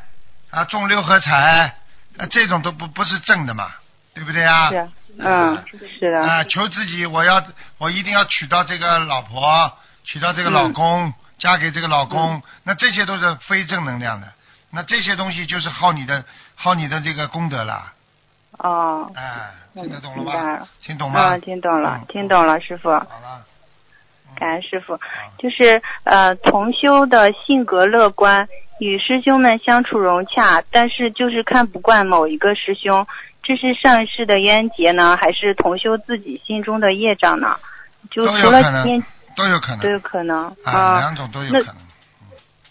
Speaker 1: 啊，中六合彩啊，这种都不不是正的嘛，对不对啊？
Speaker 4: 是？是，嗯，是的，
Speaker 1: 啊、求自己，我要我一定要娶到这个老婆，娶到这个老公，
Speaker 4: 嗯
Speaker 1: 嫁给这个老公，那这些都是非正能量的。那这些东西就是耗你的耗你的这个功德了，
Speaker 4: 哦，
Speaker 1: 哎、听得懂了
Speaker 4: 明白
Speaker 1: 吗
Speaker 4: 了？
Speaker 1: 听懂吗？
Speaker 4: 啊，听懂了
Speaker 1: 嗯，
Speaker 4: 听懂了，师傅，
Speaker 1: 好了，嗯
Speaker 4: 感恩师傅。
Speaker 1: 好
Speaker 4: 就是呃，同修的性格乐观，与师兄们相处融洽，但是就是看不惯某一个师兄，这是上世的冤结呢，还是同修自己心中的业障呢？就
Speaker 1: 都有可
Speaker 4: 除了
Speaker 1: 能
Speaker 4: 念
Speaker 1: 都有可
Speaker 4: 都有
Speaker 1: 能，
Speaker 4: 可能
Speaker 1: 啊，
Speaker 4: 啊，
Speaker 1: 两种都有
Speaker 4: 那
Speaker 1: 可能。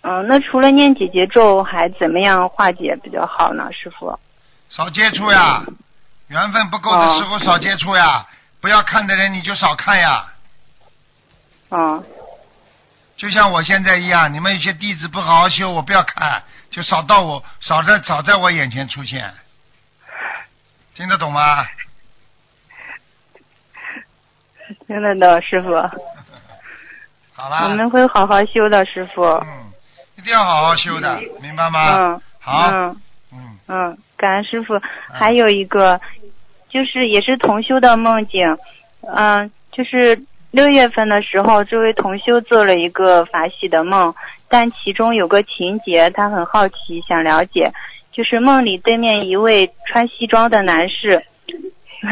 Speaker 4: 嗯、那除了念几节咒，还怎么样化解比较好呢？师傅，
Speaker 1: 少接触呀，缘分不够的
Speaker 4: 哦
Speaker 1: 时候少接触呀，不要看的人你就少看呀。
Speaker 4: 嗯、
Speaker 1: 就像我现在一样，你们有些弟子不好好修，我不要看，就少到我少在少在我眼前出现，听得懂吗？
Speaker 4: 听得到师傅，
Speaker 1: 好
Speaker 4: 我
Speaker 1: 啦，
Speaker 4: 们会好好修的，师傅。
Speaker 1: 啊嗯，一定要好好修的，明白吗？
Speaker 4: 嗯，
Speaker 1: 好，
Speaker 4: 嗯
Speaker 1: 嗯，
Speaker 4: 嗯，感恩师傅。还有一个，就是也是同修的梦境，嗯，就是六月份的时候，这位同修做了一个法喜的梦，但其中有个情节，他很好奇，想了解，就是梦里对面一位穿西装的男士。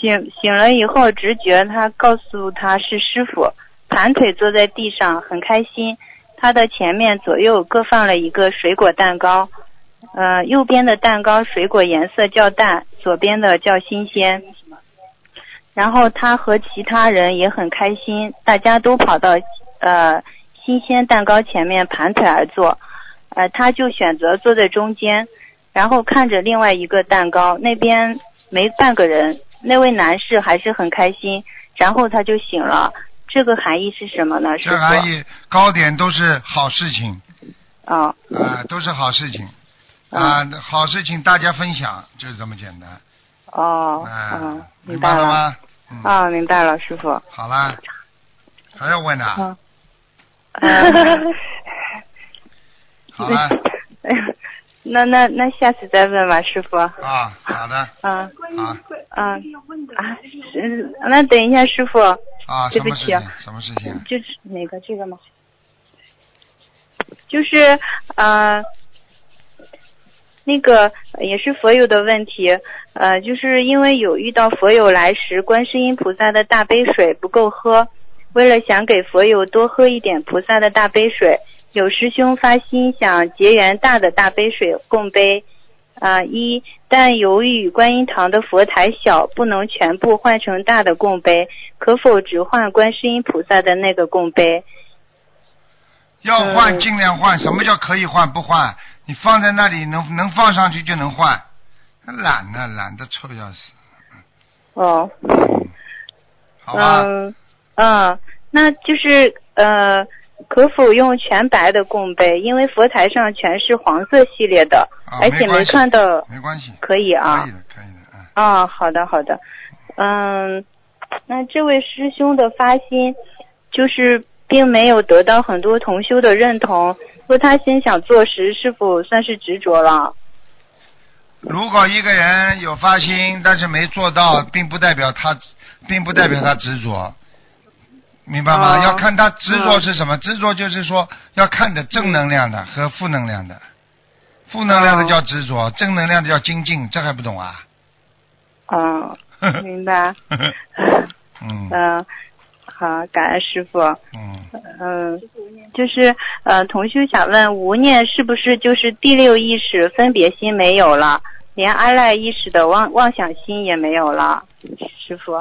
Speaker 4: 醒醒了以后，直觉他告诉他是师傅，盘腿坐在地上，很开心。他的前面左右各放了一个水果蛋糕，呃，右边的蛋糕水果颜色较淡，左边的较新鲜。然后他和其他人也很开心，大家都跑到呃新鲜蛋糕前面盘腿而坐，呃，他就选择坐在中间，然后看着另外一个蛋糕，那边没半个人，那位男士还是很开心，然后他就醒了。这个含义是什么呢？师
Speaker 1: 这
Speaker 4: 傅？
Speaker 1: 含义糕点都是好事情
Speaker 4: 啊，
Speaker 1: 啊、都是好事情
Speaker 4: 嗯
Speaker 1: 啊、好事情大家分享，就是这么简单
Speaker 4: 哦，
Speaker 1: 啊、
Speaker 4: 嗯，明
Speaker 1: 明
Speaker 4: 白
Speaker 1: 白
Speaker 4: 了
Speaker 1: 了？吗？嗯，
Speaker 4: 啊，明白了，师傅。
Speaker 1: 好啦，还要问啊？
Speaker 4: 嗯 呃
Speaker 1: 好啦，
Speaker 4: 哎那那那下次再问吧，师傅。
Speaker 1: 啊，好的，
Speaker 4: 嗯
Speaker 1: 啊
Speaker 4: 嗯啊，是那等一下，师傅，
Speaker 1: 啊，
Speaker 4: 对
Speaker 1: 什
Speaker 4: 不
Speaker 1: 么事
Speaker 4: 起啊
Speaker 1: 情？什么事情？
Speaker 4: 就是哪个这个吗？就是呃，那个呃也是佛友的问题，呃，就是因为有遇到佛友来时，观世音菩萨的大杯水不够喝，为了想给佛友多喝一点菩萨的大杯水，有师兄发心想结缘大的大杯水供杯，啊、一，但由于观音堂的佛台小，不能全部换成大的供杯，可否只换观世音菩萨的那个供杯？
Speaker 1: 要换
Speaker 4: 嗯
Speaker 1: 尽量换，什么叫可以换不换？你放在那里能能放上去就能换，懒呢、懒得臭要死，
Speaker 4: 哦，
Speaker 1: 好吧？
Speaker 4: 嗯嗯，那就是呃，可否用全白的供杯？因为佛台上全是黄色系列的，
Speaker 1: 啊，
Speaker 4: 而且没
Speaker 1: 关系，
Speaker 4: 看到，
Speaker 1: 没关系，
Speaker 4: 可以啊
Speaker 1: 可以。的，可以的，嗯，
Speaker 4: 啊，好的好的，嗯，那这位师兄的发心就是并没有得到很多同修的认同，说他心想做时是否算是执着了？
Speaker 1: 如果一个人有发心，但是没做到，并不代表他，并不代表他执着，明白吗？
Speaker 4: 哦
Speaker 1: 要看他执着
Speaker 4: 嗯
Speaker 1: 是什么，执着就是说要看的正能量的和负能量的，负能量的
Speaker 4: 哦
Speaker 1: 叫执着，正能量的叫精进，这还不懂啊？
Speaker 4: 嗯，明白。
Speaker 1: 嗯
Speaker 4: 嗯，好，感恩师傅。
Speaker 1: 嗯，
Speaker 4: 嗯，就是呃，同修想问，无念是不是就是第六意识分别心没有了，连阿赖意识的妄妄想心也没有了？师傅，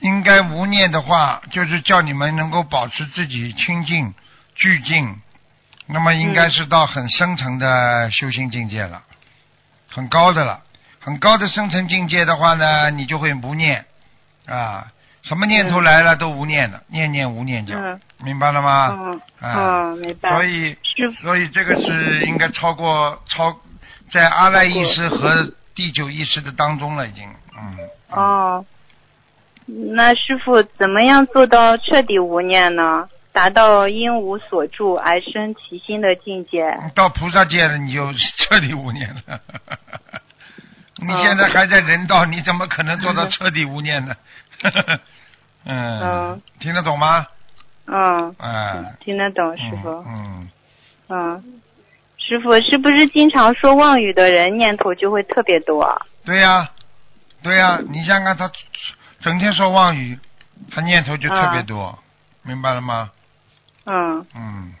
Speaker 1: 应该无念的话，就是叫你们能够保持自己清净、俱净，那么应该是到很深层的修心境界了，很高的了。很高的深层境界的话呢，你就会无念啊，什么念头来了都无念的，念念无念叫，
Speaker 4: 嗯
Speaker 1: 明白了吗？
Speaker 4: 嗯
Speaker 1: 啊，
Speaker 4: 嗯，明白。
Speaker 1: 所以
Speaker 4: 师傅，
Speaker 1: 所以这个是应该超过超在阿赖意识和第九意识的当中了，已经，嗯。嗯
Speaker 4: 哦，那师傅怎么样做到彻底无念呢？达到因无所住而生其心的境界？
Speaker 1: 到菩萨界了，你就彻底无念了。 你现在还在人道，你怎么可能做到彻底无念呢？ 嗯，
Speaker 4: 嗯
Speaker 1: 听得懂吗？
Speaker 4: 嗯，
Speaker 1: 哎、
Speaker 4: 听得懂，师
Speaker 1: 嗯，
Speaker 4: 傅。
Speaker 1: 嗯，
Speaker 4: 嗯，师傅是不是经常说妄语的人念头就会特别多啊？
Speaker 1: 对呀、对呀、你想想看他整天说妄语，他念头就特别多，明白了吗？
Speaker 4: 嗯
Speaker 1: 嗯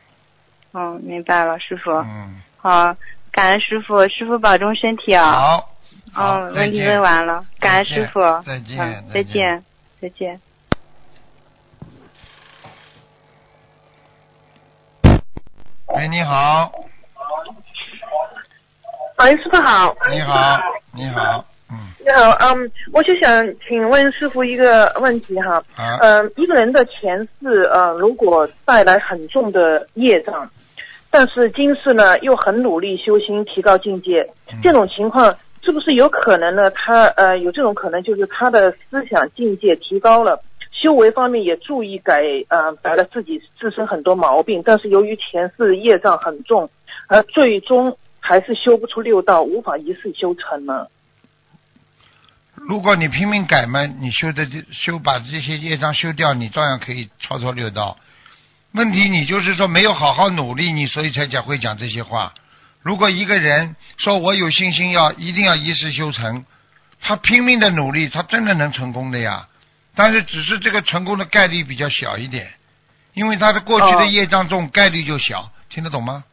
Speaker 4: 嗯，明白了，师傅。
Speaker 1: 嗯，
Speaker 4: 好，感恩师傅，师傅保重身体啊。
Speaker 1: 好，好，
Speaker 4: 嗯，
Speaker 1: 再
Speaker 4: 问题
Speaker 1: 见
Speaker 4: 问完了，感恩师傅。
Speaker 1: 再见
Speaker 4: 嗯，
Speaker 1: 再
Speaker 4: 再
Speaker 1: 见
Speaker 4: 见，再见。
Speaker 1: 喂，你好，
Speaker 7: 喂，哎师傅好。
Speaker 1: 你好，你好，嗯，
Speaker 7: 你好，嗯，我就想请问师傅一个问题哈，
Speaker 1: 好，
Speaker 7: 嗯，一个人的前世呃，如果带来很重的业障，但是今世呢又很努力修心提高境界
Speaker 1: 嗯，
Speaker 7: 这种情况是不是有可能呢？他呃有这种可能，就是他的思想境界提高了，修为方面也注意改呃改了自己自身很多毛病，但是由于前世业障很重，而最终还是修不出六道，无法一世修成呢？
Speaker 1: 如果你拼命改嘛，你修的修把这些业障修掉，你照样可以超脱六道。问题你就是说没有好好努力，你所以才讲会讲这些话。如果一个人说我有信心要一定要一世修成，他拼命的努力，他真的能成功的呀。但是只是这个成功的概率比较小一点，因为他的过去的
Speaker 7: 哦
Speaker 1: 业障重，概率就小，听得懂吗？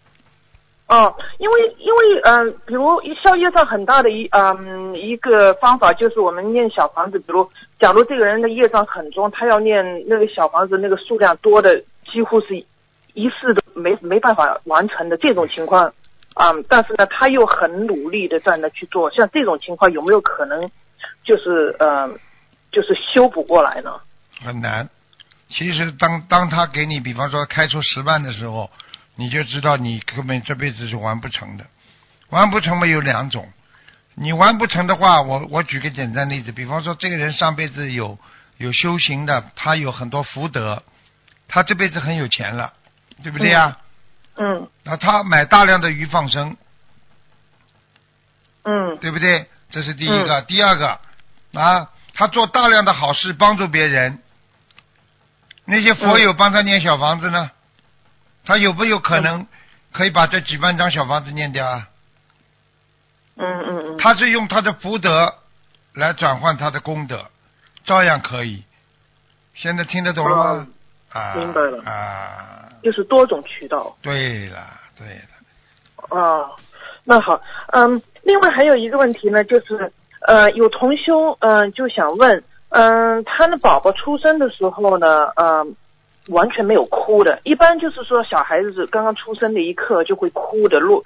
Speaker 7: 哦，因为因为嗯、呃比如一消业障很大的一嗯、一个方法就是我们念小房子，比如假如这个人的业障很重，他要念那个小房子那个数量多的，几乎是一世都没没办法完成的这种情况，啊、但是呢他又很努力的在那去做，像这种情况有没有可能就是呃就是修补过来呢？
Speaker 1: 很难。其实当当他给你，比方说开出十万的时候，你就知道你根本这辈子是完不成的。完不成嘛有两种，你完不成的话，我我举个简单例子，比方说这个人上辈子有有修行的，他有很多福德，他这辈子很有钱了，对不对呀、
Speaker 7: 嗯
Speaker 1: 那他买大量的鱼放生，
Speaker 7: 嗯
Speaker 1: 对不对？这是第一个，第二个啊，他做大量的好事帮助别人，那些佛
Speaker 7: 嗯
Speaker 1: 友帮他念小房子呢，他有没有可能可以把这几万张小房子念掉啊？
Speaker 7: 嗯嗯嗯，
Speaker 1: 他是用他的福德来转换他的功德，照样可以。现在听得懂了吗？啊，
Speaker 7: 嗯明白了
Speaker 1: 啊，
Speaker 7: 就是多种渠道。
Speaker 1: 对了，对了，
Speaker 7: 哦，那好，嗯，另外还有一个问题呢，就是呃，有同修嗯、呃就想问，嗯、他的宝宝出生的时候呢，嗯、完全没有哭的，一般就是说小孩子刚刚出生的一刻就会哭的落，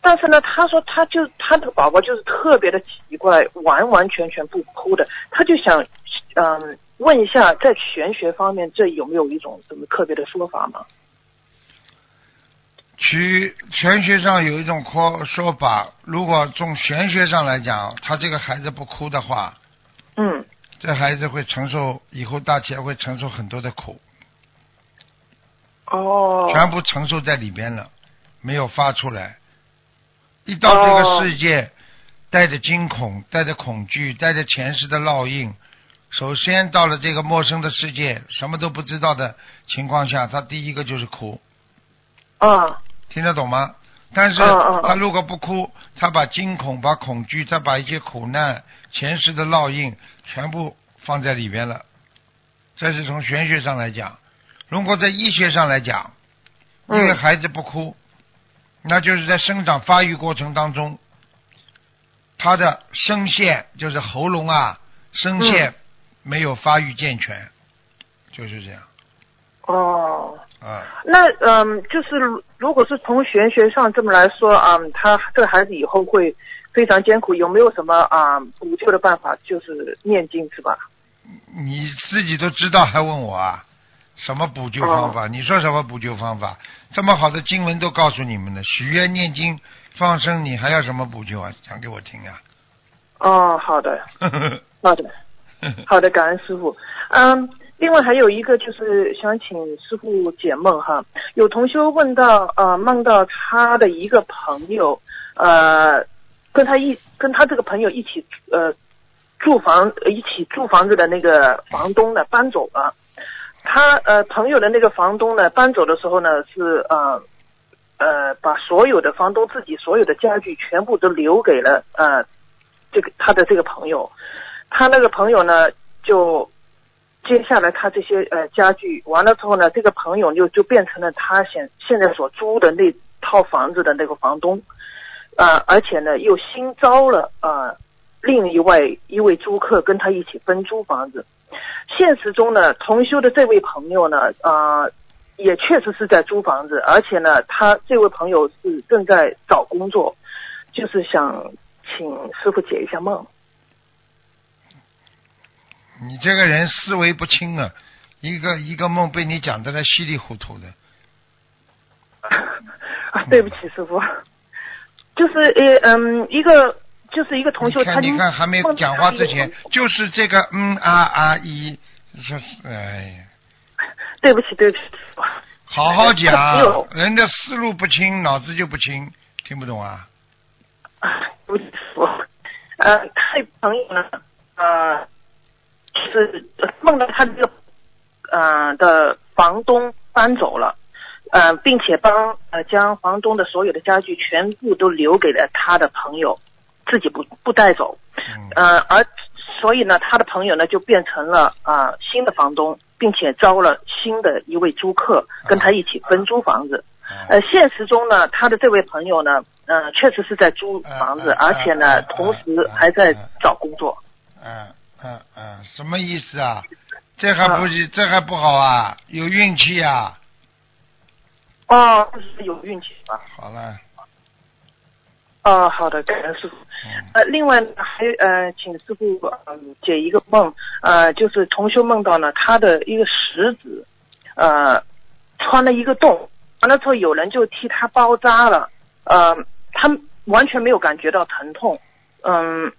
Speaker 7: 但是呢，他说他就他的宝宝就是特别的奇怪，完完全全不哭的，他就想嗯、问一下，在玄学方面，这有没有一种什么特别的说法吗？
Speaker 1: 其玄学上有一种说说法，如果从玄学上来讲，他这个孩子不哭的话，
Speaker 7: 嗯，
Speaker 1: 这孩子会承受以后大起来会承受很多的苦，
Speaker 7: 哦，
Speaker 1: 全部承受在里边了，没有发出来。一到这个世界，带着惊恐，带着恐惧，带着前世的烙印。首先到了这个陌生的世界，什么都不知道的情况下，他第一个就是哭。
Speaker 7: 啊。
Speaker 1: 听得懂吗？但是
Speaker 7: 嗯嗯嗯
Speaker 1: 他如果不哭，他把惊恐、把恐惧、他把一些苦难、前世的烙印全部放在里边了。这是从玄学上来讲，如果在医学上来讲，一
Speaker 7: 嗯
Speaker 1: 个孩子不哭，那就是在生长发育过程当中，他的声线就是喉咙啊声线没有发育健全，就是这样
Speaker 7: 哦，
Speaker 1: 啊。
Speaker 7: 那嗯，就是如如果是从玄学上这么来说啊、嗯，他这个孩子以后会非常艰苦，有没有什么啊、补救的办法？就是念经是吧？
Speaker 1: 你自己都知道还问我啊？什么补救方
Speaker 7: 哦
Speaker 1: 法？你说什么补救方法？这么好的经文都告诉你们了，许愿、念经、放生，你还要什么补救啊？讲给我听啊！
Speaker 7: 哦，好的，好的，好的，感恩师傅。嗯，另外还有一个就是想请师傅解梦哈。有同修问到，呃，梦到他的一个朋友，呃，跟他一跟他这个朋友一起呃住房呃一起住房子的那个房东呢搬走了。他呃朋友的那个房东呢搬走的时候呢是呃呃把所有的房东自己所有的家具全部都留给了呃这个他的这个朋友。他那个朋友呢，就接下来他这些呃家具完了之后呢，这个朋友就就变成了他现现在所租的那套房子的那个房东，呃，而且呢又新招了呃另一位一位租客跟他一起分租房子。现实中呢，同修的这位朋友呢，呃，也确实是在租房子，而且呢，他这位朋友是正在找工作，就是想请师傅解一下梦。
Speaker 1: 你这个人思维不清啊，一个一个梦被你讲的来稀里糊涂的。
Speaker 7: 啊，对不起，师傅，就是呃嗯，一个就是一个同修，
Speaker 1: 你
Speaker 7: 他
Speaker 1: 看，你看，还没讲话之前，就是这个嗯啊啊一，就是哎呀，
Speaker 7: 对不起，对不起，
Speaker 1: 好好
Speaker 7: 哎
Speaker 1: 讲
Speaker 7: 呦，
Speaker 1: 人的思路不清，脑子就不清，听不懂啊？
Speaker 7: 不是我，呃，他的朋友呢，呃，是呃梦到他的这个呃的房东搬走了，呃，并且帮呃将房东的所有的家具全部都留给了他的朋友，自己不不带走，
Speaker 1: 嗯，
Speaker 7: 呃，而所以呢，他的朋友呢就变成了啊、呃新的房东，并且招了新的一位租客跟他一起分租房子。呃，现实中呢，他的这位朋友呢，呃，确实是在租房
Speaker 1: 嗯
Speaker 7: 子，
Speaker 1: 嗯嗯
Speaker 7: 而且呢
Speaker 1: 嗯，嗯
Speaker 7: 同时还在找工作。
Speaker 1: 嗯嗯嗯，什么意思啊？这还不是这还不好啊？有运气啊！
Speaker 7: 哦，是有运气吧？
Speaker 1: 好了，
Speaker 7: 哦，好的，感恩师傅。
Speaker 1: 嗯，
Speaker 7: 呃，另外呢，还有呃，请师傅嗯解一个梦，呃，就是同修梦到呢，他的一个食指，呃，穿了一个洞，完了之后有人就替他包扎了，呃，他完全没有感觉到疼痛，嗯、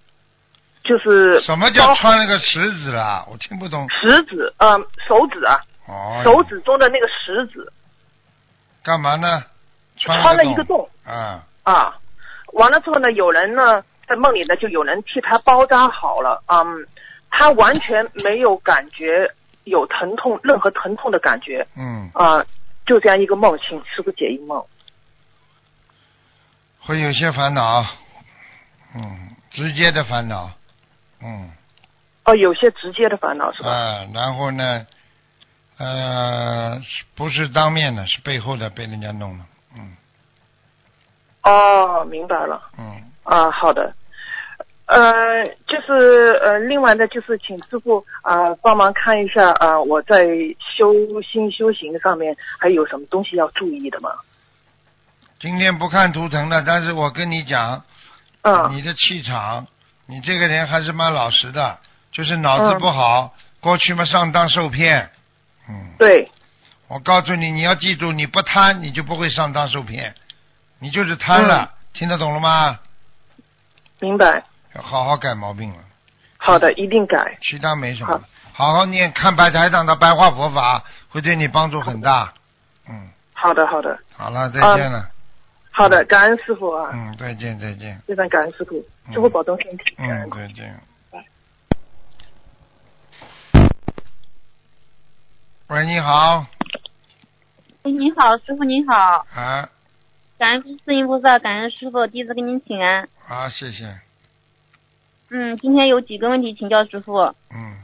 Speaker 7: 就是
Speaker 1: 什么叫
Speaker 7: 包
Speaker 1: 穿了个食指啦？我听不懂。
Speaker 7: 食指，呃，手指啊，
Speaker 1: 哦，
Speaker 7: 手指中的那个食指
Speaker 1: 干嘛呢？
Speaker 7: 穿了
Speaker 1: 了
Speaker 7: 一个洞
Speaker 1: 啊，
Speaker 7: 啊，完了之后呢，有人呢在梦里呢就有人替他包扎好了，嗯，他完全没有感觉有疼痛，任何疼痛的感觉
Speaker 1: 嗯，
Speaker 7: 啊，就这样一个梦，请师傅解一梦。
Speaker 1: 会有些烦恼，嗯，直接的烦恼，嗯
Speaker 7: 哦，有些直接的烦恼是吧？
Speaker 1: 啊，然后呢，呃，是不是当面的，是背后的被人家弄了，嗯
Speaker 7: 哦，明白了
Speaker 1: 嗯，
Speaker 7: 啊，好的。呃，就是呃，另外呢，就是请师傅啊、呃帮忙看一下啊、呃我在修心修行上面还有什么东西要注意的吗？
Speaker 1: 今天不看图腾的，但是我跟你讲，
Speaker 7: 嗯，
Speaker 1: 你的气场，你这个人还是蛮老实的，就是脑
Speaker 7: 嗯
Speaker 1: 子不好，过去嘛上当受骗，嗯，
Speaker 7: 对，
Speaker 1: 我告诉你，你要记住，你不贪，你就不会上当受骗，你就是贪
Speaker 7: 嗯
Speaker 1: 了，听得懂了吗？
Speaker 7: 明白。
Speaker 1: 要好好改毛病了。
Speaker 7: 好
Speaker 1: 嗯
Speaker 7: 的，一定改。
Speaker 1: 其他没什么
Speaker 7: 好，
Speaker 1: 好好念看白台长的白话佛法，会对你帮助很大。嗯，
Speaker 7: 好的，好的，
Speaker 1: 好了，再见了，
Speaker 7: 好的，感恩师傅啊，
Speaker 1: 嗯，再见，再见，
Speaker 7: 非常感恩师傅，
Speaker 1: 嗯
Speaker 7: 师傅保重身体。感恩
Speaker 1: 嗯，再见。喂，你好，
Speaker 8: 哎，您好，师傅您好，
Speaker 1: 啊
Speaker 8: 感恩观世音菩萨，感恩师傅，弟子给您请安。
Speaker 1: 啊，谢谢，
Speaker 8: 嗯，今天有几个问题请教师傅。
Speaker 1: 嗯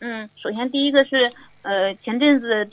Speaker 8: 嗯，首先第一个是，呃，前阵子弟